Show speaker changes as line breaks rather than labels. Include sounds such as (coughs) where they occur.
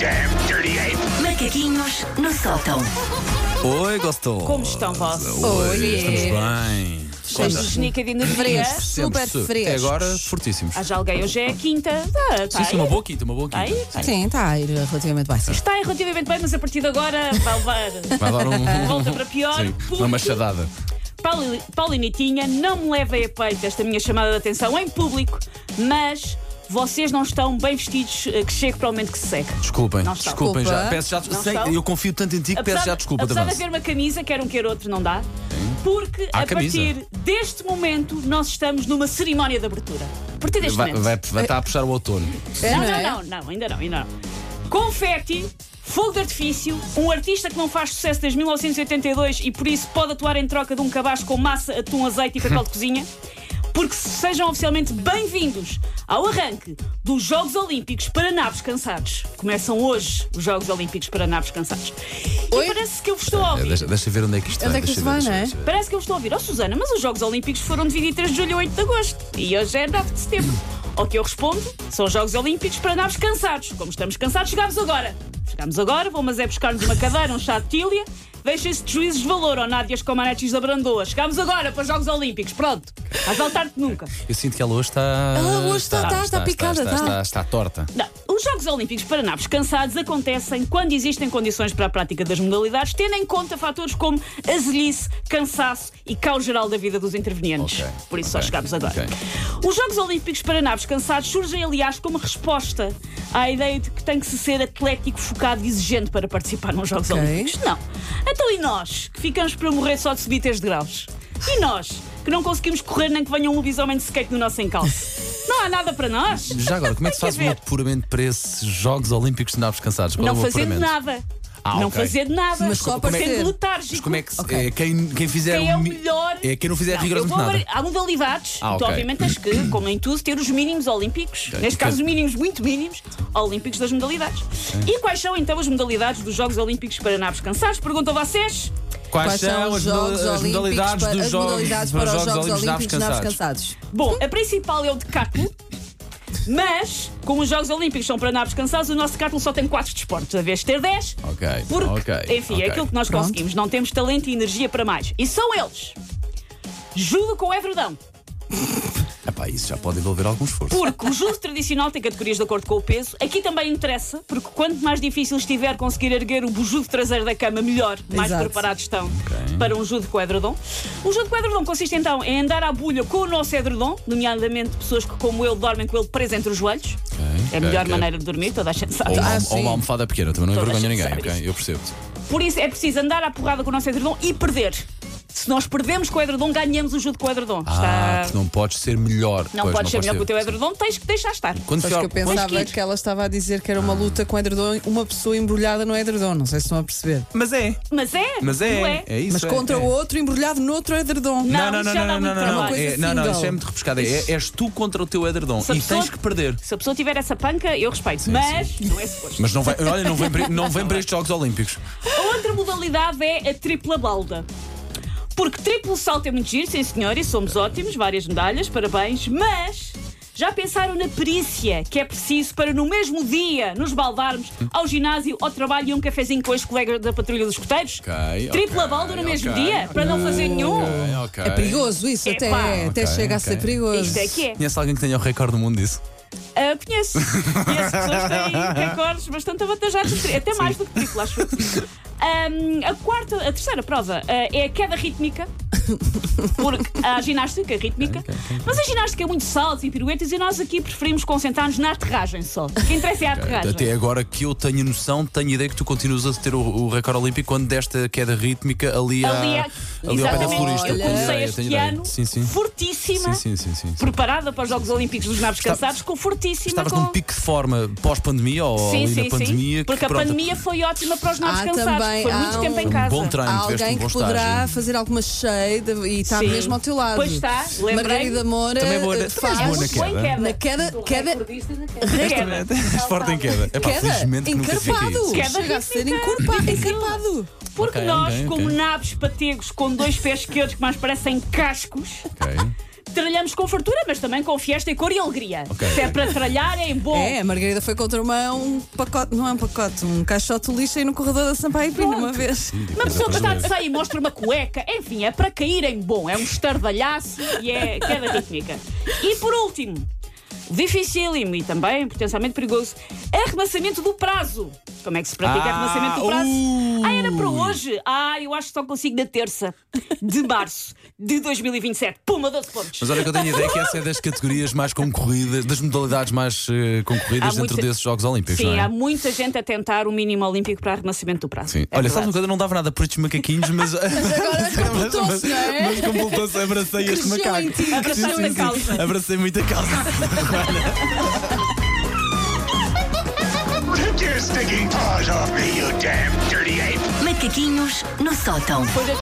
damn dirty ape!
Macaquinhos no sótão.
Oi, gostou?
Como estão vós?
Oi,
Oi.
estamos bem.
Cheios de sneaker de energia.
Sempre,
super
Até
frescos.
agora, fortíssimos.
Ah, já alguém, hoje é quinta. Ah, tá
Sim, sim,
aí.
uma boa quinta, uma boa
Tá aí,
quinta.
tá aí.
Sim, está a ir relativamente bem. sim.
Está tá aí relativamente bem, mas a partir de agora vai
(laughs)
levar
Vai dar um.
volta para pior.
Sim, uma
porque
machadada.
Pauli- Paulinitinha, não me levem a peito esta minha chamada de atenção em público, mas vocês não estão bem vestidos eh, que chegue para o momento que se seca.
Desculpem,
Não está.
desculpem
Desculpa.
já. Peço já
Não
sei,
está.
eu confio tanto em ti que peço já desculpa de
apesar de
avanço.
haver uma camisa, quer um quer outro, não dá. Porque
Há
a
camisa.
partir deste momento nós estamos numa cerimónia de abertura. A partir deste
Vai,
momento.
vai, vai estar a puxar o outono.
É,
Não,
não é?
não, não, não, ainda não, ainda não. Confetti, fogo de artifício, um artista que não faz sucesso desde 1982 e por isso pode atuar em troca de um cabaz com massa, atum, azeite e papel
(laughs)
de cozinha. Porque sejam oficialmente bem-vindos ao arranque dos Jogos Olímpicos para Naves Cansados. Começam hoje os Jogos Olímpicos para Naves Cansados.
Oi?
E parece que eu vos estou a
É,
ouvir.
Deixa, deixa ver onde é que isto vai.
Onde é que
deixa
isto
ver,
vai,
deixa
não é?
ver, deixa ver.
Parece que eu estou a ouvir, ó Susana, mas os Jogos Olímpicos foram de 23 de julho a 8 de agosto e hoje é 9 de setembro. Ao que eu respondo, são Jogos Olímpicos para naves cansados. Como estamos cansados, chegámos agora. Chegámos agora, vão mas é buscar-nos uma cadeira, um chá de tília. Deixem-se de juízes de valor, ou nádeas com manetes da brandoa. Chegámos agora para os Jogos Olímpicos, pronto. Vais voltar-te nunca.
Eu sinto que ela hoje está.
Ela hoje está- está- está picada,
Está, está,
está.
está torta.
Não, os Jogos Olímpicos para naves cansados acontecem quando existem condições para a prática das modalidades, tendo em conta fatores como azelhice, cansaço e caos geral da vida dos intervenientes.
Ok,
Por isso só
ok,
chegámos agora.
ok.
Os Jogos Olímpicos para naves cansados surgem, aliás, como resposta à ideia de que tem que se ser atlético, focado e exigente para participar nos Jogos
Ok.
Olímpicos. Não. Então e nós, que ficamos para morrer só de subir 3 graus? E nós, que não conseguimos correr nem que venha um lobisomem de skate no nosso encalço? Não há nada para nós?
Já agora, como é que se
Quer
faz um
ver?
apuramento para esses Jogos Olímpicos de naves cansados? Qual é
Não
o
fazendo
apuramento?
nada.
Ah,
não
ok.
fazendo nada. é
Mas só
Sendo
aparecer.
Mas
letárgico.
como é que se,
Ok.
é, quem, quem fizer
Quem é o
mi-
melhor?
É quem não fizer
Não, eu
rigorosamente
vou
nada.
abrir- Há modalidades.
Ah,
Tu,
ok.
obviamente, tens
(coughs)
que, como em tudo, ter os mínimos olímpicos.
Ok.
Neste caso,
Que-
os mínimos, muito mínimos, olímpicos das modalidades. E quais são, então, as modalidades dos Jogos Olímpicos para naves cansados? Pergunto a vocês.
Quais são os Jogos
moda-
Olímpicos para, as modalidades para, os Jogos Olímpicos de Naves Cansados?
Bom, a principal é o decátulo. Mas, como os Jogos Olímpicos são para naves cansados, o nosso decátulo só tem 4 desportos, a vez de ter 10.
Ok,
Porque,
ok,
enfim,
ok.
é aquilo que nós
Pronto.
conseguimos. Não temos talento e energia para mais. E são eles. Judo com Everdão.
Epá, isso já pode envolver algum esforço.
Porque o judo tradicional tem categorias de acordo com o peso. Aqui também interessa, porque quanto mais difícil estiver conseguir erguer o bujudo traseiro da cama, melhor, mais
Exato.
preparados estão para um judo com edredom. O judo com edredom consiste então em andar à bulha com o nosso edredom, nomeadamente pessoas que, como eu, dormem com ele preso entre os joelhos. É a melhor
ok.
maneira de dormir, toda a gente sabe.
Ou uma,
Ah,
ou uma
sim.
almofada pequena, também não
Toda
envergonha
a gente
ninguém,
sabe
ok? Eu percebo.
Por isso é preciso andar à porrada com o nosso edredom e perder. Se nós perdemos com o edredom, ganhamos o judo com o edredom.
Ah,
Está-
porque não podes ser melhor.
Não
Pois,
podes ser melhor que o teu
sim.
edredom, tens que deixar estar.
Quando
Acho que eu
ficar- quando-
pensava
Mas que-
que ela estava a dizer que era
Ah.
uma luta com edredom, uma pessoa embrulhada no edredom, não sei se estão a perceber.
Mas é,
Mas é,
mas é.
não é?
É isso.
Mas
é,
contra
é.
o outro embrulhado noutro edredom.
Não,
Não.
não,
isso
não,
já
não,
dá
não, não,
muito
não,
trabalho.
é-
Coisa
não, não,
single.
isso é muito repescado. É, és tu contra o teu edredom
Se a
e
pessoa-
tens que perder.
Se a pessoa tiver essa panca, eu respeito. mas não é suposto.
Mas não vai, olha, não vem, para- não vem para estes Jogos Olímpicos.
A outra modalidade é a tripla balda. Porque triplo salto é muito giro, sim senhor, e somos ótimos, várias medalhas, parabéns, mas já pensaram na perícia que é preciso para no mesmo dia nos baldarmos ao ginásio, ao trabalho e a um cafezinho com os colegas da patrulha dos escuteiros?
Ok,
tripla
ok,
balda no mesmo
ok.
dia, para não fazer nenhum.
Ok, ok.
É perigoso isso, até,
Epá.
até
Ok,
chega a
ok.
ser perigoso.
Isto é que é.
Conhece alguém que tenha o recorde do mundo disso?
Ah, conheço. Conheço pessoas que têm recordes bastante avantajados, de tri- até mais do que triplo, acho eu. Ahm, a quarta, a terceira prova ah, é a queda rítmica. Porque há a ginástica rítmica. Mas a ginástica é muito saltos e piruetas e nós aqui preferimos concentrar-nos na aterragem só. O que interessa é a
Até
aterragem.
agora que eu tenho noção, tenho ideia que tu continuas a ter o, o recorde olímpico quando desta queda rítmica ali, à-
Ali, é-
ao pé da
exatamente,
florista.
eu
Olha.
Tenho
comecei
ideia, tenho
este
ideia.
ano
Sim, sim.
fortíssima,
Sim, sim, sim, sim, sim.
preparada para os Jogos Olímpicos dos Naves Cansados, com fortíssima.
Estavas
com...
num pico de forma pós-pandemia ou
Sim,
ali
sim,
na
sim.
pandemia? que,
Porque a
pronto,
pandemia foi ótima para os naves
Há
cansados.
Ah, também-
foi
há
muito tempo em
um
Um
casa.
bom treino,
Há
tiveste um
alguém
bom
que
estágio.
poderá fazer alguma shade e está
Sim.
mesmo ao teu lado.
Pois está, lembrei.
Margarida Moura
Também é boa-
eh,
também é
faz
boa na
muito boa em
queda.
Na queda-
Sou
queda-
recordista na queda. Queda.
És forte em queda. Epá,
queda
É felizmente que nunca tive
encarpado.
isso.
Queda
Chega a ser
rítmica.
encorpado, (laughs) encarpado.
Porque
Ok,
nós,
ok, ok.
como naves pategos com dois pés esquerdos que mais parecem cascos,
Ok.
Tralhamos com fartura, mas também com fiesta e cor e alegria.
Ok.
Se é para tralhar, é em
Oh.
bom.
É, a Margarida foi contra uma, um pacote, não é um pacote, um caixote de lixo aí no corredor da Sampaio Pina uma vez.
Uma pessoa que
Coisa
está de sair e mostra uma cueca, enfim, é para cair em bom, é um estardalhaço e é queda rítmica. E por último, dificílimo e também potencialmente perigoso, arremaçamento do prazo. Como é que se pratica
Ah,
arremaçamento do prazo?
ui.
Ah, era para hoje? Ah, eu acho que só consigo na terça de março de 2027. Puma, 12 pontos.
Mas olha que eu tenho a ideia que essa é das categorias mais concorridas, das modalidades mais eh,
Há
concorridas dentro
muita-
desses Jogos Olímpicos,
Sim,
não é?
há muita gente a tentar o mínimo olímpico para arremessamento do prazo.
Sim.
É
Olha,
verdade.
sabes uma coisa? Eu Não dava nada por estes macaquinhos, mas. (laughs) mas
completou-se, não é?
Mas completou-se, abracei este
Cresceu em
macaco.
ti,
cresceu
Sim, sim,
em
sim.
causa.
Abracei muita calça.
Take your stinking paws off me, you damn dirty ape!
Macaquinhos no sótão.
Depois das